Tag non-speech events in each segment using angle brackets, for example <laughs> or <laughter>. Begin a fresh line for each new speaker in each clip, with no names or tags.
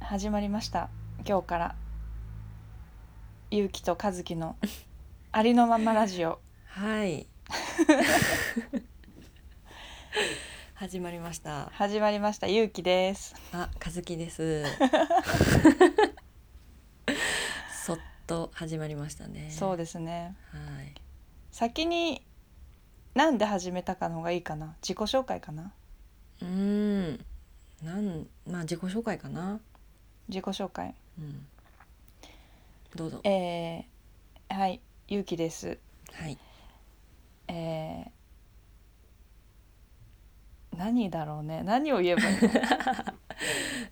始まりました今日からゆうきとかずき <laughs> のありのままラジオ
はい
<laughs>
始まりました
始まりましたゆうきです
あ、かずきですそっと始まりましたね
そう
で
ですね
はい
先になんで始めたかの方がいいかな自己紹介かな
うーんなんまあ自己紹介かな
自己紹介
うんどうぞ
えー、はいゆうきです
はい
えー何だろうね <laughs> 何を言えばいい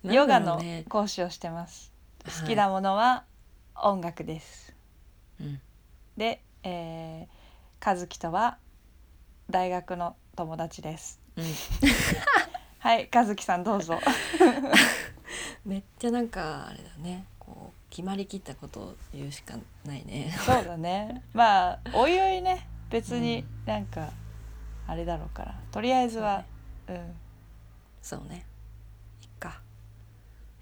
のヨガの講師をしてます好きな
も
ものは音楽です、
ん、うん
で、えー、和樹とは大学の友達ですはい和樹さんどうぞ
めっちゃなんかあれだねこう決まりきったことを言うしかないね
<laughs> そうだねまあおいおいね別になんかあれだろうからとりあえずはう,、
そうね。いっか。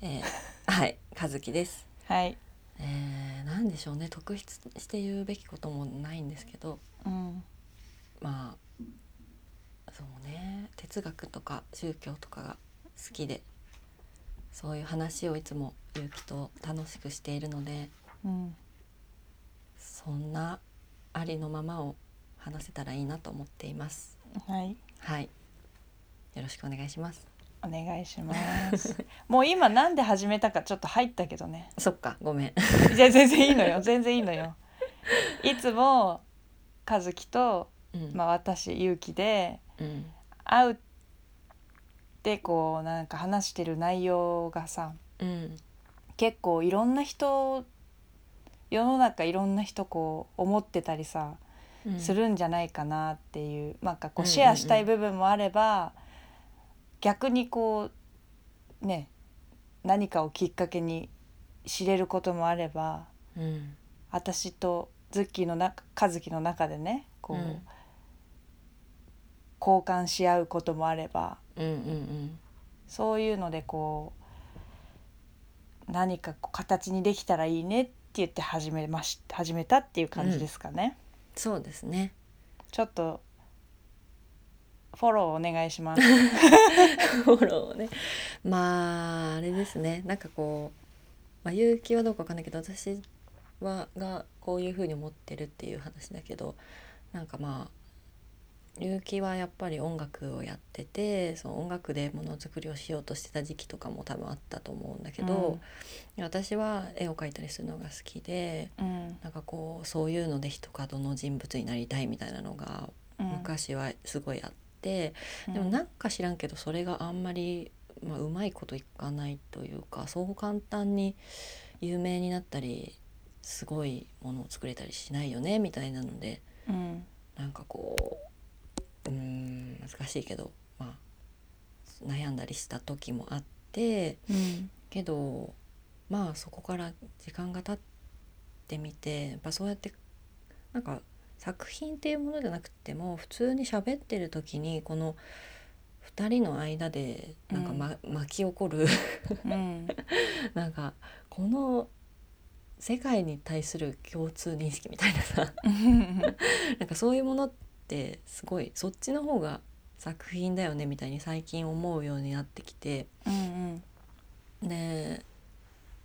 えー、 <laughs> はい、和樹です。
んはい、
えー、なんでしょうね。特筆して言うべきこともないんですけど、
うん、
まあそうね。哲学とか宗教とかが好きで、そういう話をいつも勇気と楽しくしているので、
うん、
そんなありのままを話せたらいいなと思っています。
はい
はい。よろしくお願いします。
お願いし <laughs> ます。もう今なんで始めたかちょっと入ったけどね。
そっか、ごめん。
いや全然いい <laughs> のよ。全然いいのよ。いつも和樹と
うん、
まあ私ゆうきで
うん、
会うってこうなんか話してる内容がさ、
うん、
結構いろんな人世の中いろんな人こう思ってたりさ、
うん
するんじゃないかなっていうなんかこ
う
うん
うんうん
シェアしたい部分もあれば、逆にこうね何かをきっかけに知れることもあれば
うん、
私とズッキーの中和樹の中でねこう、
うん
交換し合うこともあれば
うんうん
そういうのでこう何かこう形にできたらいいねって言って始めまし始めたっていう感じですかね。
そうですね
ちょっとフォローお願いします。
フォローねまああれですねなんかこう、まあ、勇気はどうかわかんないけど私はがこういうふうに思ってるっていう話だけどなんかまあ勇気はやっぱり音楽をやっててその音楽でものづくりをしようとしてた時期とかも多分あったと思うんだけど、私は絵を描いたりするのが好きで
うん
なんかこうそういうので一角の人物になりたいみたいなのが
うん
昔はすごいあって、でも
うん
なんか知らんけどそれがあんまり、まあ、うまいこといかないというかそう簡単に有名になったりすごいものを作れたりしないよねみたいなので
うん
なんかこううーん難しいけど、まあ、悩んだりした時もあって
うん
けどまあそこから時間が経ってみてやっぱそうやってなんか作品っていうものじゃなくても普通に喋ってる時にこの2人の間でなんか、ま巻き起こる <laughs>
うん
なんかこの世界に対する共通認識みたいなさ <laughs> なんかそういうものってすごいそっちの方が作品だよねみたいに最近思うようになってきて。
うん
で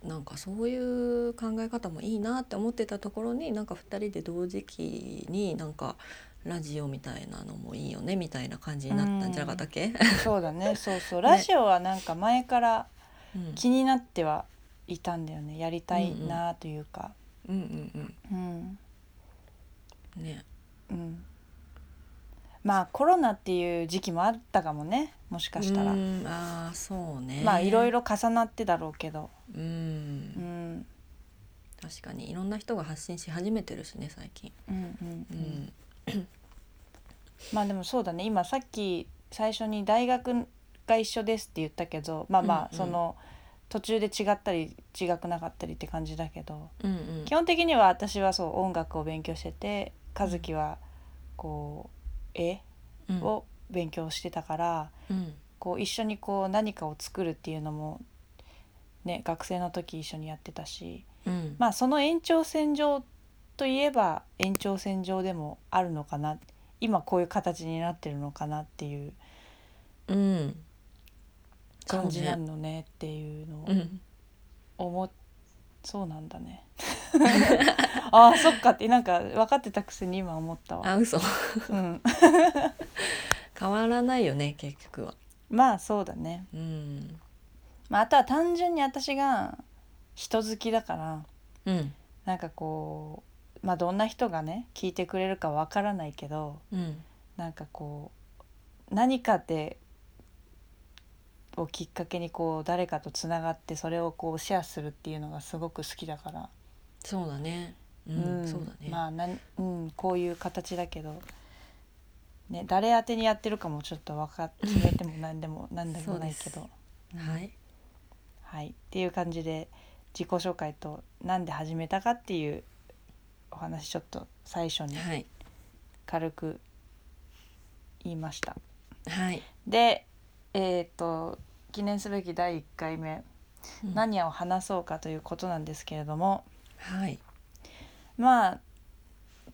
なんかそういう考え方もいいなって思ってたところになんか2人で同時期になんかラジオみたいなのもいいよねみたいな感じになったんじゃなかったっけ、 <laughs>
そうだねそうそうラジオはなんか前から
うん、うん
気になってはいたんだよねやりたいなというか
うん
うん
うんね
うんまあコロナっていう時期もあったかもねもしかしたら
うんあーそうね
まあいろいろ重なってだろうけど
うん、
うん
確かにいろんな人が発信し始めてるしね最近
うんうんう
うんん
まあでもそうだね今さっき最初に大学が一緒ですって言ったけどまあま
うんう
あ
ん
その途中で違ったり違くなかったりって感じだけど
うんうん
基本的には私はそう音楽を勉強してて和樹はこう絵
うん
を勉強してたから、
うん
こう一緒にこう何かを作るっていうのもね学生の時一緒にやってたし
うん
まあその延長線上といえば延長線上でもあるのかな今こういう形になってるのかなっていう
うん
感じな
そうね
のねっていうのを
うん
思っそうなんだね <laughs> ああそっかってなんか分かってたくせに今思ったわ、
あ嘘 <laughs>
うん、
変わらないよね結局は
まあそうだね、
うん
まあ、あとは単純に私が人好きだから
うん
なんかこうまあどんな人がね聞いてくれるかわからないけど
うん
なんかこう何かでをきっかけにこう誰かとつながってそれをこうシェアするっていうのがすごく好きだから、
そうだねうん、そうだね、
まあなん、うん、こういう形だけど、ね、誰宛てにやってるかもちょっとわか決めても何でも何でもないけ
そう
ど、
はい
はい、っていう感じで自己紹介となんで始めたかっていうお話ちょっと最初に
はい
軽く言いました。
はい、
でえっ、と記念すべき第1回目、
うん
何を話そうかということなんですけれども
はい
まあ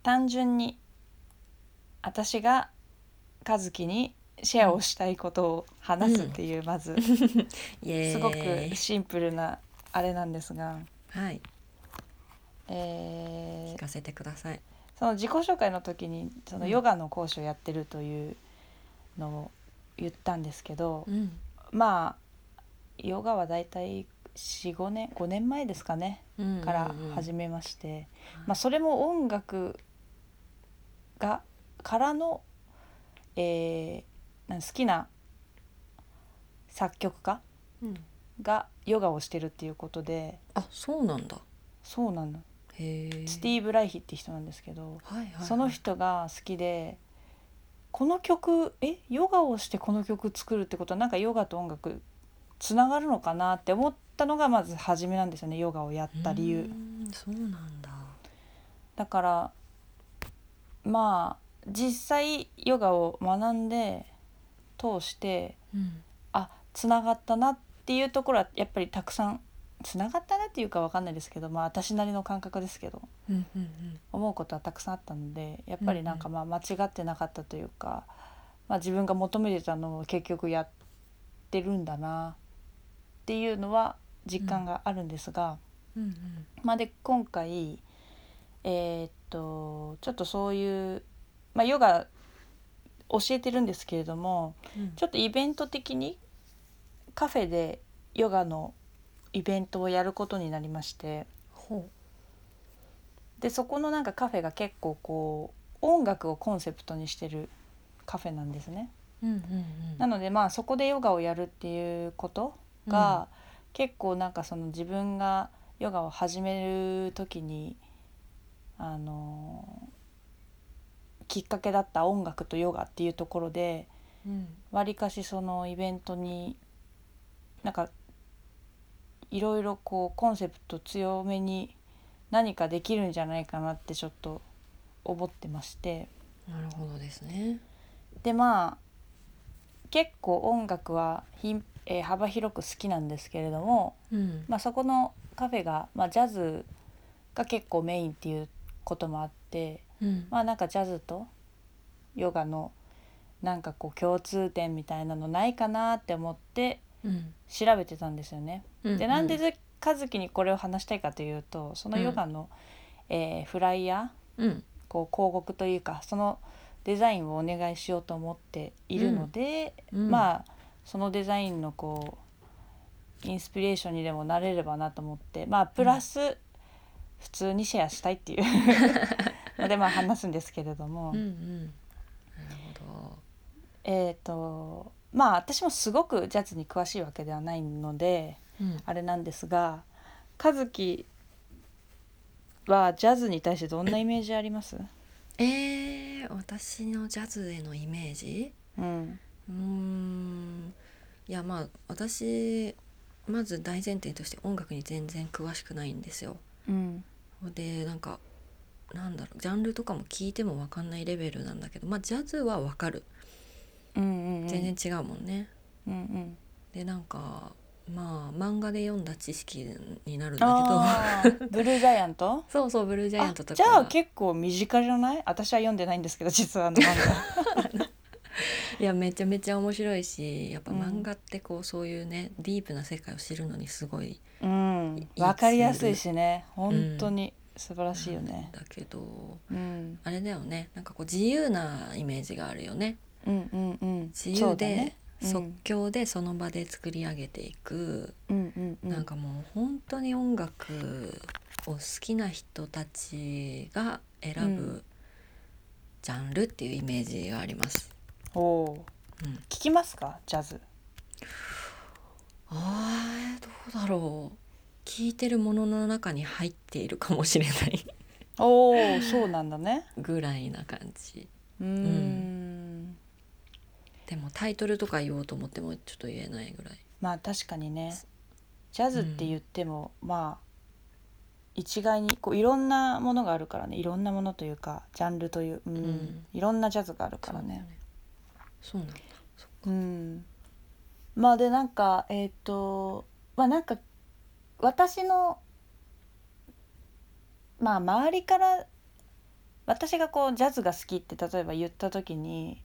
単純に私が和樹にシェアをしたいことを話すっていう、まず
イエーイ
すごくシンプルなあれなんですが、
はい
え
聞
ー
かせてください
その自己紹介の時にそのヨガの講師をやってるというのを言ったんですけど、
うん
まあヨガはだいたい45年5年前ですかね
うん
から始
め
めまして、
はい
まあ、それも音楽がからの、えーなん好きな作曲家
うん
がヨガをしてるっていうことで
あそうなんだ
そうなの
へえ
スティーブ・ライヒって人なんですけど、
はいはいはい、
その人が好きでこの曲えヨガをしてこの曲作るってことはなんかヨガと音楽つながるのかなって思ったのがまず初めなんですよねヨガをやった理由。
うんそうなんだ
だからまあ実際ヨガを学んで通して
うん
あつながったなっていうところはやっぱりたくさんつながったなっていうかわかんないですけどまあ私なりの感覚ですけど
うんうんうん
思うことはたくさんあったのでやっぱりなんかまあ間違ってなかったというか、まあ、自分が求めてたのを結局やってるんだなっていうのは実感があるんですが、
うん
まあで今回えーっとちょっとそういう、まあ、ヨガ教えてるんですけれども
うん
ちょっとイベント的にカフェでヨガのイベントをやることになりまして。
ほ
でそこのなんかカフェが結構こう音楽をコンセプトにしてるカフェなんですね。
ううんうんうん
なのでまあそこでヨガをやるっていうことが、結構なんかその自分がヨガを始める時にあのきっかけだった音楽とヨガっていうところで
うん
わりかしそのイベントになんかいろいろこうコンセプト強めに何かできるんじゃないかなってちょっと思ってまして
なるほどですね
でまあ結構音楽はひん、えー幅広く好きなんですけれども、
うん
まあ、そこのカフェが、まあ、ジャズが結構メインっていうこともあって
うん
まあなんかジャズとヨガのなんかこう共通点みたいなのないかなって思って
うん
調べてたんですよね。
うん
でなんでず和樹にこれを話したいかというとそのヨガの、えーフライヤ
うん
ーこう広告というかそのデザインをお願いしようと思っているので、
うん
まあそのデザインのこうインスピレーションにでもなれればなと思ってまあプラス、普通にシェアしたいって
<laughs>
いうのでまあ話すんですけれども、
うんうんなるほ
えっ、とまあ私もすごくジャズに詳しいわけではないので。
どうん
あれなんですが和樹はジャズに対してどんなイメージあります、
えー、私のジャズへのイメージ
うん
うーんいやまあ私まず大前提として音楽に全然詳しくないんですよ。
うん
でなんかなんだろうジャンルとかも聞いても分かんないレベルなんだけどまあジャズは分かる
うんうんうん
全然違うもんね。
うん
でなんかまあ漫画で読んだ知識になるんだ
あーブルージャイアント
けど <laughs> そうそうブルージャイアントと
あ
か
じゃあ結構身近じゃない私は読んでないんですけど実はあの漫
<laughs> いやめちゃめちゃ面白いしやっぱ
うん
漫画ってこうそういうね、ディープな世界を知るのにすごい
画うんわかりやすいしね本当に素晴らしいよね、
だけど、
うん、
あれだよねなんかこう自由なイメージがあるよね
うんうんうん
自
そ
由
うだ
で、
ねうん
即興でその場で作り上げていく、
うんうんうん
なんかもう本当に音楽を好きな人たちが
う
選ぶジャンルっていうイメージがあります。
おお
うん
ー聞きますかジャズ
あーどうだろう聞いてるものの中に入っているかもしれない
おおそうなんだね
ぐらいな感じ
うーん
でもタイトルとか言おうと思ってもちょっと言えないぐらい
まあ確かにねジャズって言っても、まあ一概にこういろんなものがあるからねいろんなものというかジャンルという、うん
ん
いろんなジャズがあるからね。
そうなんだそっか
うん、まあでなんかえっ、とまあなんか私のまあ周りから私がこうジャズが好きって例えば言った時に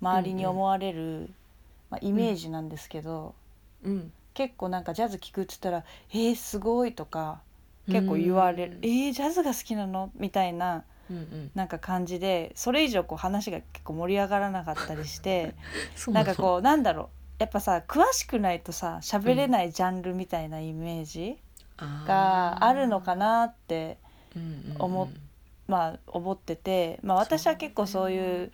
周りに思われる、まあ、イメージなんですけど、
うん
結構なんかジャズ聴くっつったら「えー、すごい」とか結構言われる「
うん
えー、ジャズが好きなの?」みたいな
うんうん
なんか感じでそれ以上こう話が結構盛り上がらなかったりして。
<laughs> そ
<laughs>
う
な
なん
かこうなんだろうやっぱさ詳しくないとさ喋れないジャンルみたいなイメージ
う
があるのかなって思っ
っ
まあ思ってて、まあ、私は結構そういう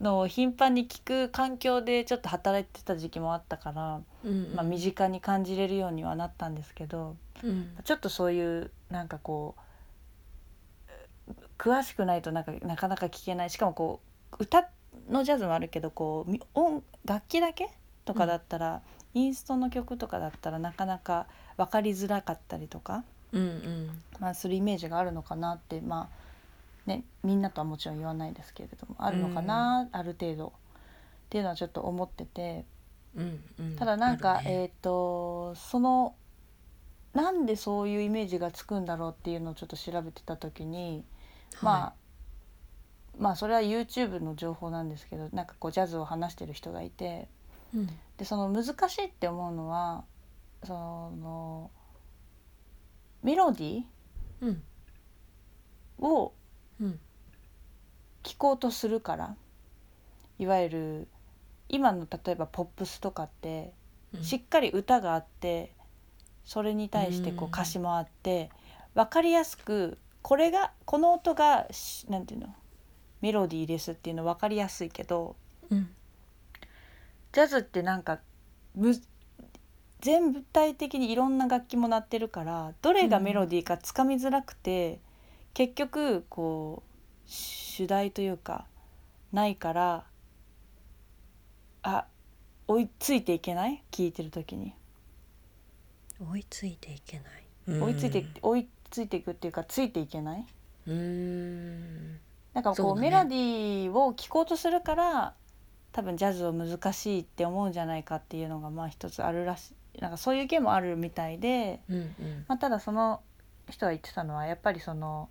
のを頻繁に聞く環境でちょっと働いてた時期もあったから、まあ、身近に感じれるようにはなったんですけどちょっとそういうなんかこう詳しくないとなんかなかなか聞けないしかもこう歌のジャズもあるけどこうみ音楽器だけとかだったら、インストの曲とかだったらなかなか分かりづらかったりとか、
うんうん
まあ、するイメージがあるのかなってまあねみんなとはもちろん言わないですけれどもあるのかな、ある程度っていうのはちょっと思ってて。
うんうん
ただなんか、
あるね
えっ、とそのなんでそういうイメージがつくんだろうっていうのをちょっと調べてた時に、ま
は
あまあそれは YouTube の情報なんですけどなんかこうジャズを話してる人がいて
いうん
でその難しいって思うのはそのメロディ
うん
ーを
うん
聴こうとするからいわゆる今の例えばポップスとかって
うん
しっかり歌があってそれに対してこう
う
ん歌詞もあって分かりやすくこれがこの音がしなんていうのメロディーですっていうの分かりやすいけど
うん
ジャズってなんかむ全体的にいろんな楽器も鳴ってるからどれがメロディーかつかみづらくて、結局こう主題というかないからあ追いついていけない聞いてる時に。
追いついていけない
追いついて、追いついていくっていうかついていけない
うんうん
なんか
そう
こう
だね
メロディーを聴こうとするから多分ジャズを難しいって思うんじゃないかっていうのがまあ一つあるらしいなんかそういうゲームあるみたいで、
うんうん
まあ、ただその人が言ってたのはやっぱりその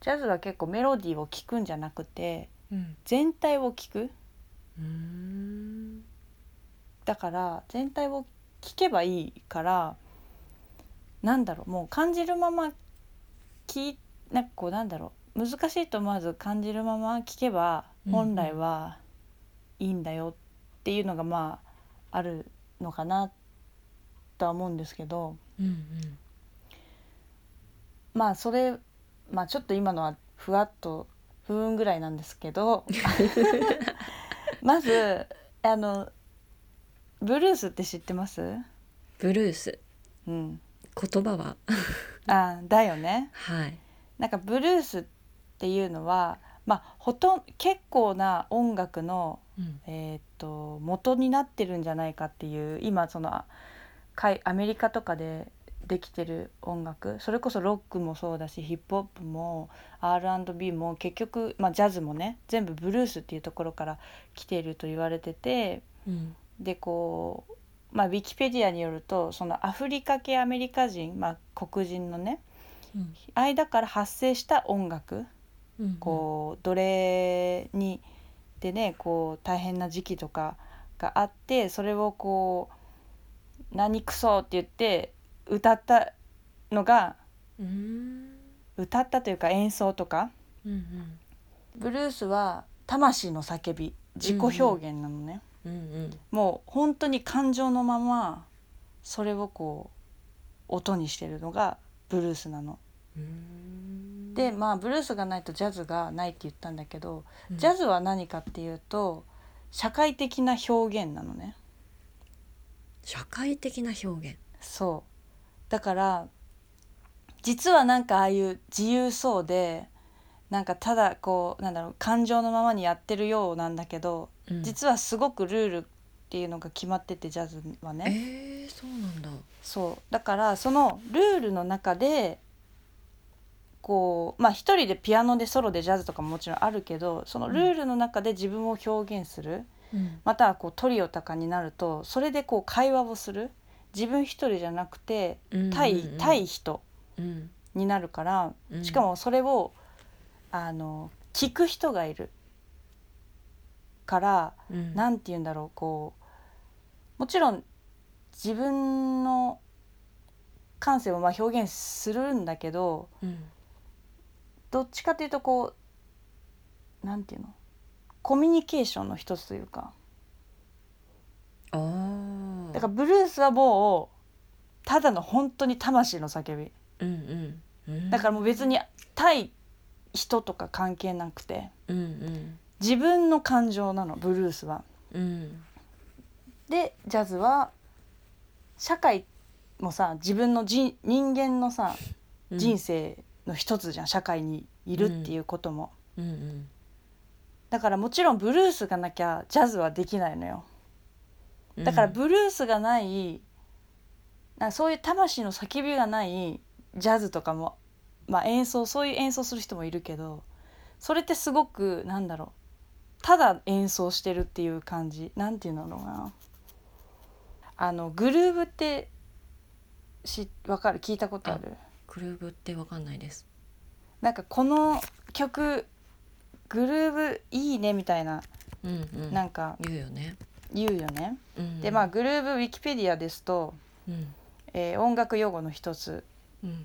ジャズは結構メロディーを聴くんじゃなくて
うん
全体を聴く
うん
だから全体を聴けばいいからなんだろうもう感じるまま聞いなんかこうなんだろう難しいと思わず感じるまま聞けば
うん
本来はいいんだよっていうのがまああるのかなとは思うんですけど
うん
まあそれまあちょっと今のはふわっと不運ぐらいなんですけど
<laughs>
まずあのブルースって知ってます
ブルース
うん
言葉は
あだよね
はい
なんかブルースっていうのはまあほとん結構な音楽の、
うん
えーっと元になってるんじゃないかっていう今そのあ海アメリカとかでできてる音楽それこそロックもそうだしヒップホップも R&B も結局、まあ、ジャズもね全部ブルースっていうところから来ていると言われてて
うん
でこうまあ、ウィキペディアによるとそのアフリカ系アメリカ人、まあ、黒人のね
うん
間から発生した音楽
うん
こう奴隷にでねこう大変な時期とかがあってそれをこう「何クソ!」って言って歌ったのが
うんうん
歌ったというか演奏とか
うん
ブルースは魂の叫び自己表現なのね、
うんうん
もう本当に感情のままそれをこう音にしてるのがブルースなの。
うん
でまあブルースがないとジャズがないって言ったんだけど、
うん
ジャズは何かっていうと社会的な表現なのね
社会的な表現
そうだから実はなんかああいう自由そうでなんかただこうなんだろう感情のままにやってるようなんだけど、
うん
実はすごくルールっていうのが決まっててジャズはね
えー、そうなんだ
そうだからそのルールの中でこうまあ一人でピアノでソロでジャズとかももちろんあるけどそのルールの中で自分を表現する、
うん
またはこうトリオとかになるとそれでこう会話をする自分一人じゃなくて対,、
うんうんうん
対人
うん
になるから
うん
しかもそれを、あの聞く人がいるから
うん
なんて言うんだろうこうもちろん自分の感性をまあ表現するんだけど
うん
どっちかというとこうなんていうのコミュニケーションの一つというか。
あー
だからブルースはもうただの本当に魂の叫び
うんうんうん
だからもう別に対人とか関係なくて
うん
自分の感情なのブルースは。
うんうん
でジャズは社会もさ自分の人人間のさ
うん
人生の一つじゃん社会にいるっていうことも。
うんうん
だからもちろんブルースがなきゃジャズはできないのよ。
うん
だからブルースがないなんかそういう魂の叫びがないジャズとかも、まあ、演奏そういう演奏する人もいるけどそれってすごくなんだろうただ演奏してるっていう感じなんていうんだろうなあのグルーブってしわかる聞いたことある
グルーブってわかんないです
なんかこの曲グルーブいいねみたいな
うんうん
なんか
言うよね
言うよね。
うん
でまあグルーブウィキペディアですと、
うん
えー音楽用語の一つ
うん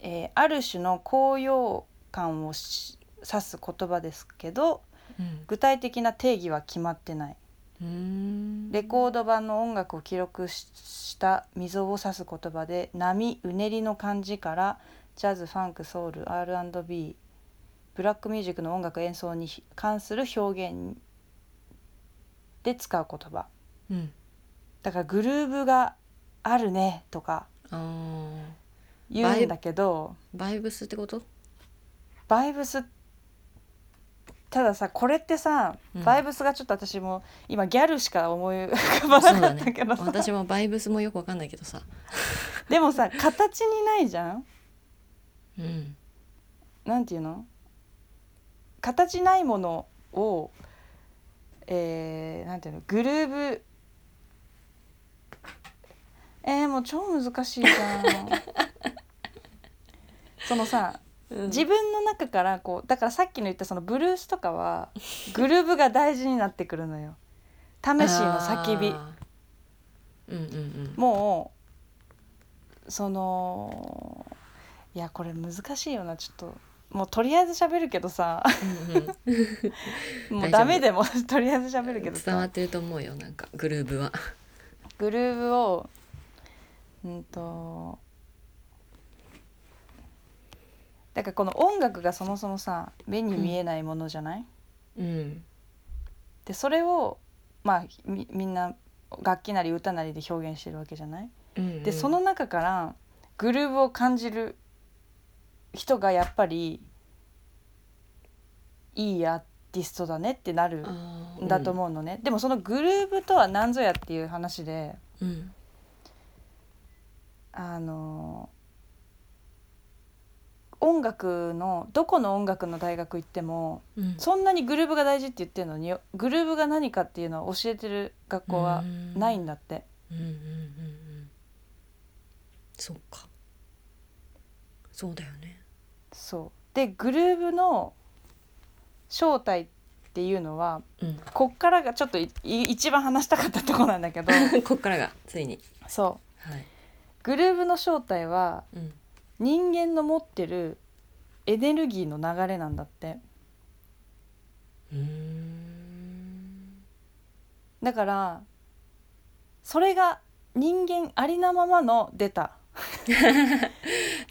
えーある種の高揚感をし指す言葉ですけど
うん
具体的な定義は決まってない
うん
レコード版の音楽を記録しした溝を指す言葉で波うねりの感じからジャズファンクソウル R&B ブラックミュージックの音楽演奏に関する表現で使う言葉
うん
だからグルーブがあるねとか
あー
言うんだけど
バイブスってこと
バイブスたださこれってさ、
うん
バイブスがちょっと私も今ギャルしか思い浮かばなかったけどさ、
私もバイブスもよくわかんないけどさ
でもさ形にないじゃん
うん
なんていうの形ないものをえー、なんていうのグルーブえー、もう超難しいじゃ
<laughs>
んそのさ自分の中からこうだからさっきの言ったそのブルースとか
<laughs>
はグルーブが大事になってくるのよ魂の叫び
あーうんうんうん
もうそのいやこれ難しいよなちょっともうとりあえず喋るけどさ
<laughs> うんうん
もう
大丈夫
ダメでも <laughs> とりあえず喋るけど
<laughs> 伝わ
さ
ってると思うよなんかグルーブは
グルーブをうんとだからこの音楽がそもそもさ目に見えないものじゃない、
うん
でそれをまあみみんな楽器なり歌なりで表現してるわけじゃない、
うんうん
でその中からグルーヴを感じる人がやっぱりいいアーティストだねってなる
あー
んだと思うのね、でもそのグルーヴとは何ぞやっていう話で
うん
あのー音楽のどこの音楽の大学行っても
うん
そんなにグルーブが大事って言ってるのにグルーブが何かっていうのは教えてる学校はないんだって、
うんうんうんうんそうかそうだよね
そうでグルーブの正体っていうのは
う
こっからがちょっといい一番話したかったとこなんだ
<laughs>
けど
ん <laughs> こっからがついに
そう
はい
グルーブの正体は
うん
人間の持ってるエネルギーの流れなんだって
うーん
だからそれが人間ありのままの出たあ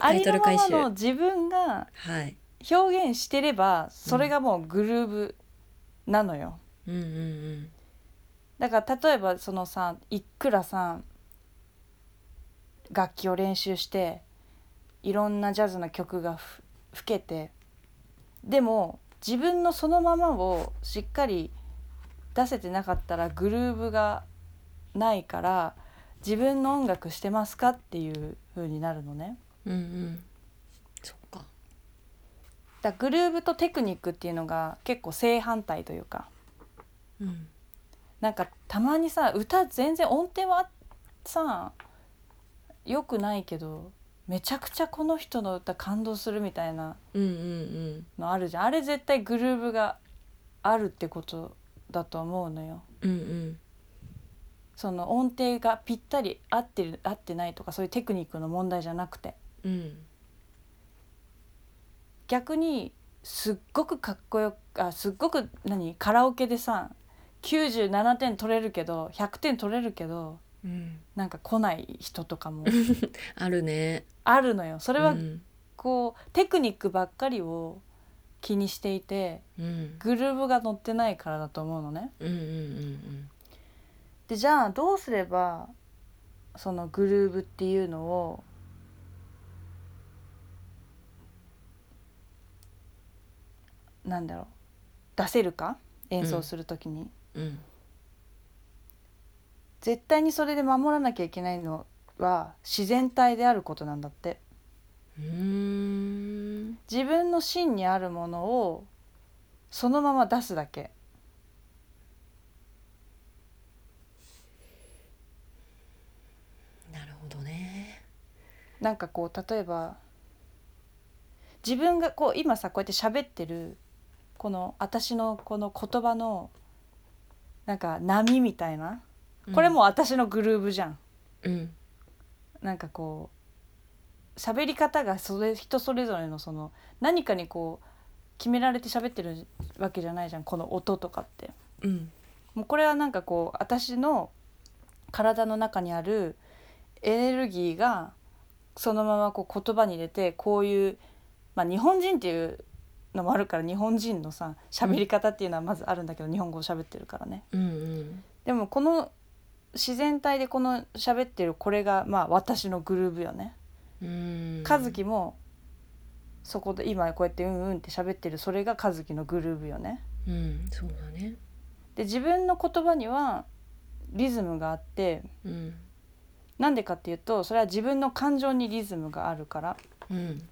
<laughs> タイ
り
ト
の
ル
ま
回収
まの自分が
はい
表現してればそれがもうグルーブなのよ、
うんうんうん
だから例えばそのさいくらさ楽器を練習していろんなジャズの曲がふ吹けてでも自分のそのままをしっかり出せてなかったらグルーブがないから自分の音楽してますかっていう風になるのね。
うんうんそっ
だ
か
からグルーブとテクニックっていうのが結構正反対というか
うん
なんかたまにさ歌全然音程はさ良くないけどめちゃくちゃこの人の歌感動するみたいな
うんうん
のあるじゃんあれ絶対グルーブがあるってことだと思うのよ。
うんうんうん
その音程がぴったり合ってる合ってないとかそういうテクニックの問題じゃなくて
うん
逆にすっごくかっこよくあすっごく何カラオケでさ97点取れるけど100点取れるけど
うん
なんか来ない人とかも
あるね
あるのよそれは
うん
こうテクニックばっかりを気にしていて
うん
グルーブが乗ってないからだと思うのね。
うんうんうん
でじゃあどうすればそのグルーブっていうのをなんだろう出せるか演奏するときに、
うんうん
絶対にそれで守らなきゃいけないのは自然体であることなんだって。
うーん
自分の芯にあるものをそのまま出すだけ
なるほどね
なんかこう例えば自分がこう今さこうやって喋ってるこの私のこの言葉のなんか波みたいなこれも私のグルーブじゃん、
うん
なんかこう喋り方がそれ人それぞれのその何かにこう決められて喋ってるわけじゃないじゃんこの音とかって。
うん
もうこれはなんかこう私の体の中にあるエネルギーがそのままこう言葉に入れてこういう、まあ、日本人っていうのもあるから日本人のさ喋り方っていうのはまずあるんだけど日本語を喋ってるからね。
うん
でもこの自然体でこの喋ってるこれがまあ私のグルーブよね。
うんうん
和樹もそこで今こうやってうんうんって喋ってるそれが和樹のグルーブよね。
うんそうだね
で自分の言葉にはリズムがあって
うん
なんでかっていうとそれは自分の感情にリズムがあるから
うん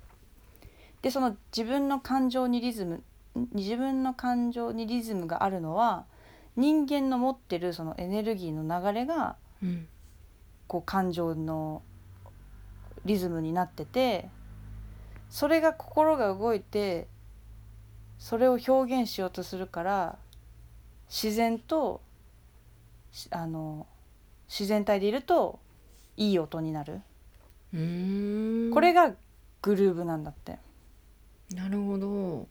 でその自分の感情にリズムん自分の感情にリズムがあるのは人間の持ってるそのエネルギーの流れが
うん
こう感情のリズムになっててそれが心が動いてそれを表現しようとするから自然としあの自然体でいるといい音になる。
うーん
これがグルーブなんだって
なるほど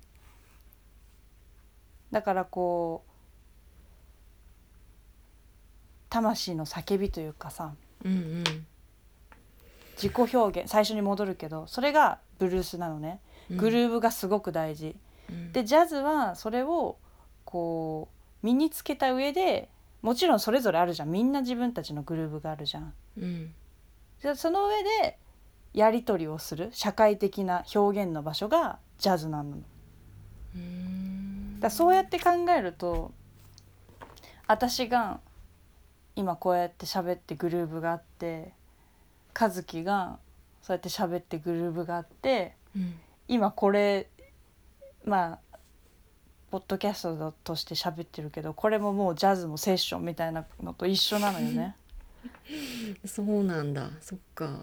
だからこう魂の叫びというかさ
うん
自己表現最初に戻るけどそれがブルースなのね
うん
グルーブがすごく大事、
うん
でジャズはそれをこう身につけた上でもちろんそれぞれあるじゃんみんな自分たちのグルーブがあるじゃん
うん
じゃあその上でやり取りをする社会的な表現の場所がジャズなの
うーん
だからそうやって考えると私が今こうやって喋ってグルーブがあって和樹がそうやって喋ってグルーブがあって
うん
今これまあポッドキャストとして喋ってるけどこれももうジャズもセッションみたいなのと一緒なのよね。
そうなんだそっか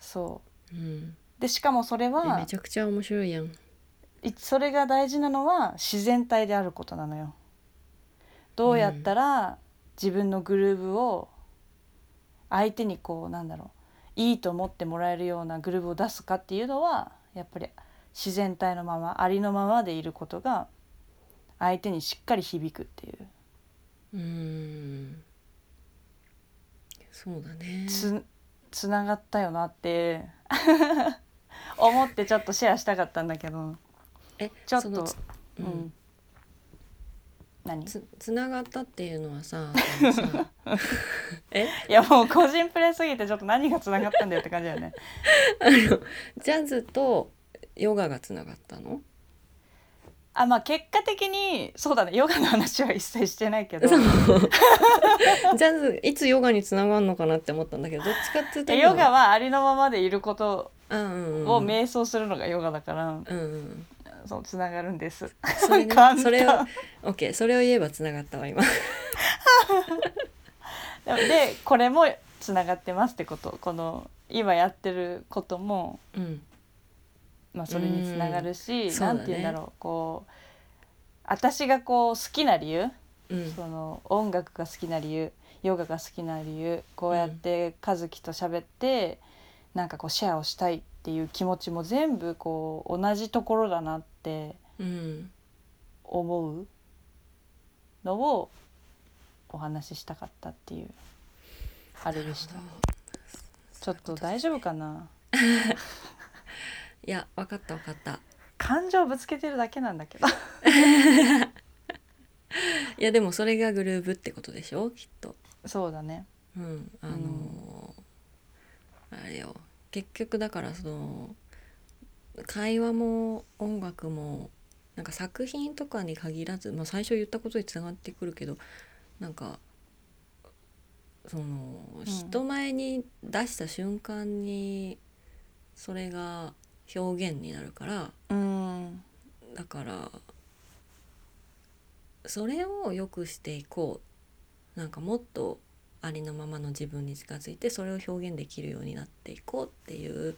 そ
うん
うでしかもそれ
えめ
は
ちゃくちゃ面白いやん
いそれが大事なのは自然体であることなのよ。どうやったら自分のグルーブを相手にこうなんだろういいと思ってもらえるようなグルーブを出すかっていうのはやっぱり自然体のままありのままでいることが相手にしっかり響くっていう
うんそうだね
つつながったよなって <laughs> 思ってちょっとシェアしたかったんだけど
え
ちょっ
その
と
つ
う、
うんん
何い
つつながったっていうのはさあのさ <laughs> え
やもう個人プレイすぎてちょっと何がつながったんだよって感じだよね <laughs>
あのジャズとヨガがつながったの
あまあ結果的にそうだねヨガの話は一切してないけど
そう <laughs> ジャズいつヨガにつながるのかなって思ったんだけどどっちかっていうと
でヨガはありのままでいること
あうんうんうん
を瞑想するのがヨガだから、
うんうん
そうつながるんです
そ
<laughs>
れね
簡単
それを OK それを言えばつながったわ今
ででこれもつながってますってことこの今やってることも
うん
まあ、それにつながるし、
うんそう
な
だ
ん
ね
て言うんだろうこう私がこう好きな理由、
うん
その音楽が好きな理由ヨガが好きな理由こうやって和樹と喋って、なんかこうシェアをしたいっていう気持ちも全部こう同じところだなって
うん
思うのをお話ししたかったっていうあれでした。ちょっと大丈夫かな
夫いや分かった分かった
感情ぶつけてるだけなんだ
<laughs>
けど
いやでもそれがグルーブってことでしょきっと
そうだね
うんあのーあれよ結局だからその会話も音楽もなんか作品とかに限らず、まあ、最初言ったことにつながってくるけどなんかその人前に出した瞬間にそれが表現になるから
うん
だからそれを良くしていこうなんかもっとありのままの自分に近づいてそれを表現できるようになっていこうっていう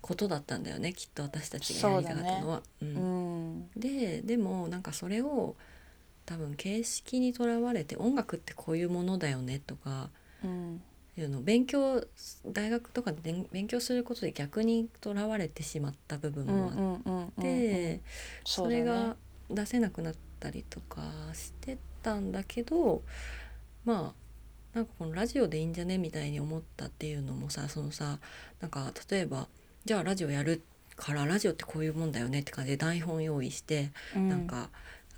ことだったんだよねきっと私たちがやりたかったのは。
う
う
んん
ででもなんかそれを多分形式にとらわれて音楽ってこういうものだよねとか
うん
いうのを勉強大学とかで勉勉強することで逆にとらわれてしまった部分もあって。それが出せなくなったりとかしてたんだけどまあなんかこのラジオでいいんじゃねみたいに思ったっていうのもさそのさなんか例えばじゃあラジオやるからラジオってこういうもんだよねって感じで台本用意して、なんか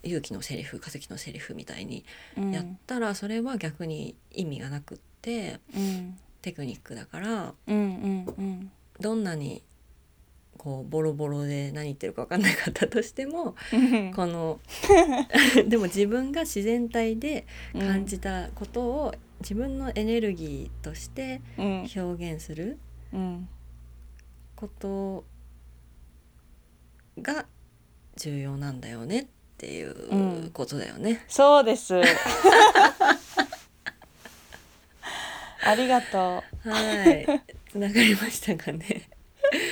勇気のセリフ化石のセリフみたいにやったらそれは逆に意味がなくって
うん
テクニックだから
うんうんうん
どんなにこうボロボロで何言ってるか分かんなかったとしても
うん
この
<laughs>
でも自分が自然体で感じたことを自分のエネルギーとして
うん
表現する
うん
ことが重要なんだよねっていううんことだよね。
そうです <laughs> ありがとう
はい、 <laughs> つながりましたかね。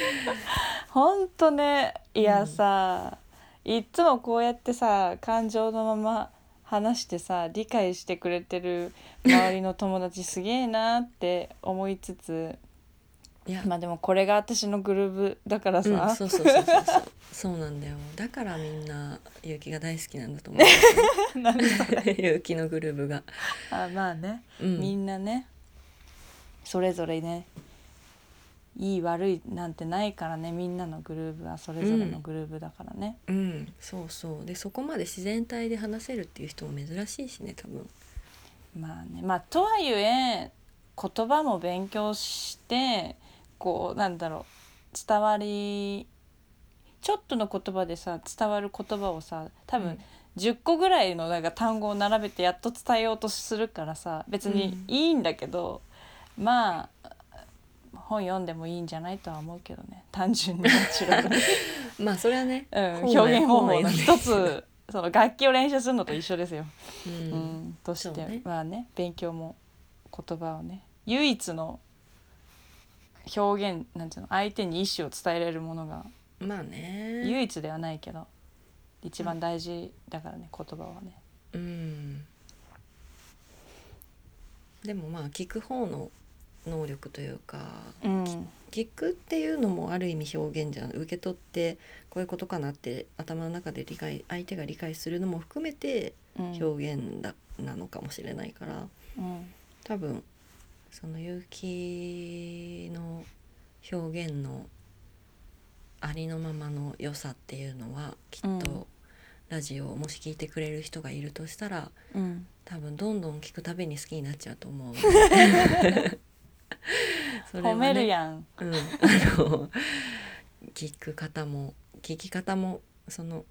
<laughs> ほんとねいうや
ん
さ、いっつもこうやってさ感情のまま話してさ理解してくれてる周りの友達すげえなって思いつつ
いや、
まあでもこれが私のグルーブだからさ、
うん、そうそうそうそうそう、そうなんだよ。だからみんなゆうきが大好きなんだと思
<laughs>
う。
<laughs> なんで
ゆうきのグルーブが、
あまあね、
うん、
みんなねそれぞれねいい悪いなんてないからねみんなのグルーブはそれぞれのグルーブだからね、
うん、そうそうでそこまで自然体で話せるっていう人も珍しいしね多分
まあねまあとはいえ言葉も勉強してこうなんだろう伝わりちょっとの言葉でさ伝わる言葉をさ多
うん
分10個ぐらいのなんか単語を並べてやっと伝えようとするからさ別
う
に
ん
いいんだけど、まあ本読んでもいいんじゃないとは思うけどね単純にナチュラ
<laughs>
ルに、
まあそれはね、
うん、
本来
表現方法の一
本来のね
つその楽器を練習するのと一緒ですよ。
う
うんん、として、
そうね
まあね勉強も言葉をね唯一の表現なんていうの相手に意思を伝えれるものが
まあね
唯一ではないけど一番大事だからね言葉はね。
うんでもまあ聞く方の能力というか
うん、
聞くっていうのもある意味表現じゃん受け取ってこういうことかなって頭の中で理解相手が理解するのも含めて
うん
表現だ、なのかもしれないから
うん
多分その結城の表現のありのままの良さっていうのはきっと、
うん
ラジオをもし聞いてくれる人がいるとしたら
うん
多分どんどん聞くたびに好きになっちゃうと思う <laughs> それは
褒
ね
めるや
<laughs>
ん。
うん、あの聞く方も聞き方もその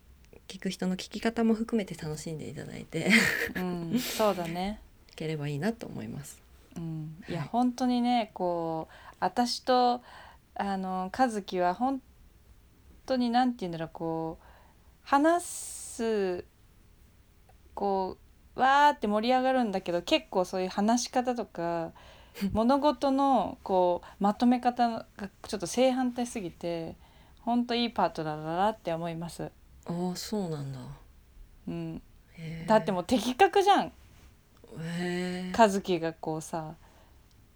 聞く人の聞き方も含めて楽しんでいただいて <laughs>
うん、そうだね。
いければいいなと思います。
うん、いや
はい
本当にねこう私とあの和樹は本当になんて言うんだろうこう話すこうわーって盛り上がるんだけど結構そういう話し方と
<laughs>
か物事のこうまとめ方がちょっと正反対すぎて本当いいパートナーだなって思います。
ああそうなんだ。
うん、
へー
だってもう的確じゃん
へー
和樹がこうさ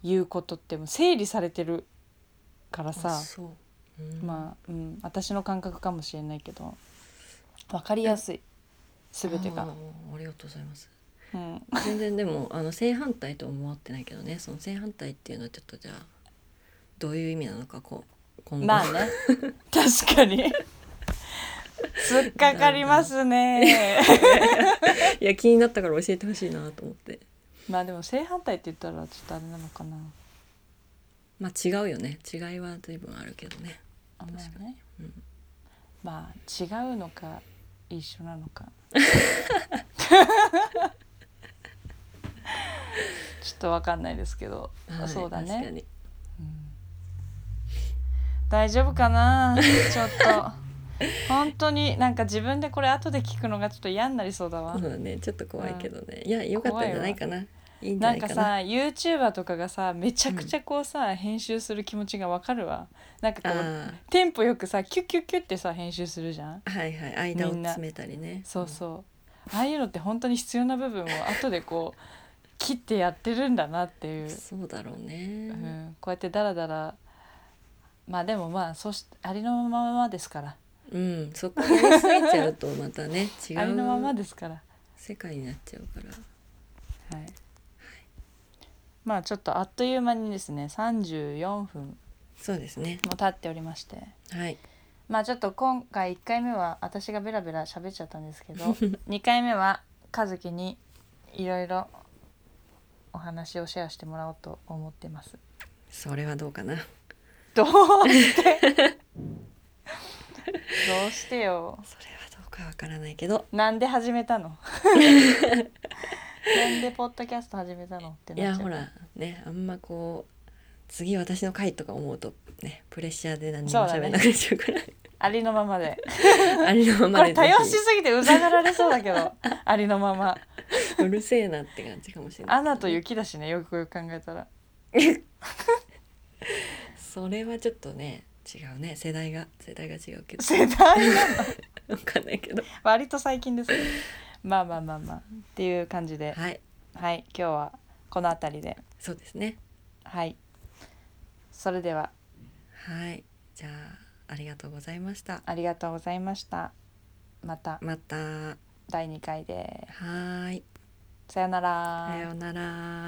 言うことってもう整理されてるから
あ
さ
そう、あ
まあ、うん、私の感覚かもしれないけど分かりやすい全て
あ
が。
ーありがとうございます
うん、
全然でも <laughs> あの正反対とは思ってないけどねその正反対っていうのはちょっとじゃあどういう意味なのかこう今後、
<laughs> まあね確かに。突っかかりますね。
<laughs> <laughs> いや気になったから教えてほしいなと思って
まあでも正反対って言ったらちょっとあれなのかな。
まあ違うよね違いは随分あるけどね
あま
確か
あね、
うん
まあ違うのか一緒なの
<laughs>
か。ちょっとわかんないですけど、
はい
そうだ
確か
ね。
に
うん大丈夫かなちょっと本当になんか自分でこれ後で聞くのがちょっと嫌になりそうだわ、
そうだねちょっと怖いけどね、いや良かったんじゃないかないいんじ
な
ゃなんいか
か
な
さ YouTuber とかがさめちゃくちゃこうさ、編集する気持ちがわかるわなんかこう
あ
テンポよくさキュッキュッキュッってさ編集するじゃん
あはいはい間を
みんな
詰めたりね
そうそうああいうのって本当に必要な部分を後でこう切ってやってるんだなっていう
うん、そうだろう
う
ね、
ん、こうやってダラダラまあでもまあそうしありのままですから
うん、そこやりすぎちゃうとま
<laughs>
たね違
ありのまま
う
ですから、
世界になっちゃうから
はい、まあちょっとあっという間にですね34分
そうですね
も経っておりまして
はい
まあちょっと今回1回目は私がベラベラ喋っちゃったんですけ <laughs> ど2回目は和樹にいろいろお話をシェアしてもらおうと思ってます。
それはどうかな
どうして
<laughs>
どうしてよ
それはどうかわからないけど
なんで始めたのなんでポッドキャスト始めたのって
い
なっ
や
ちゃう
ほらねあんまこう次私の回とか思うとねプレッシャーで何に
そ
も
うだね
喋んなくなっちゃうから
ありのままで
<laughs> ありのま
こ
ま
れ
で
多
ぜ
様しすぎてうざがられそうだけどありのま
<laughs>
ま
ひうるせえなって感じかもしれない
アナと雪だしねよくよく考えたら
それはちょっとね違うね世代が世代が違うけど
世代が
わかんないけど
割と最近ですけどまあまあまあまあっていう感じで
はい
はい今日はこの辺りで
そうですね
はいそれでは
はいじゃあありがとうございました
ありがとうございましたまた
または
第2回で
ーい
さよなら
さようなら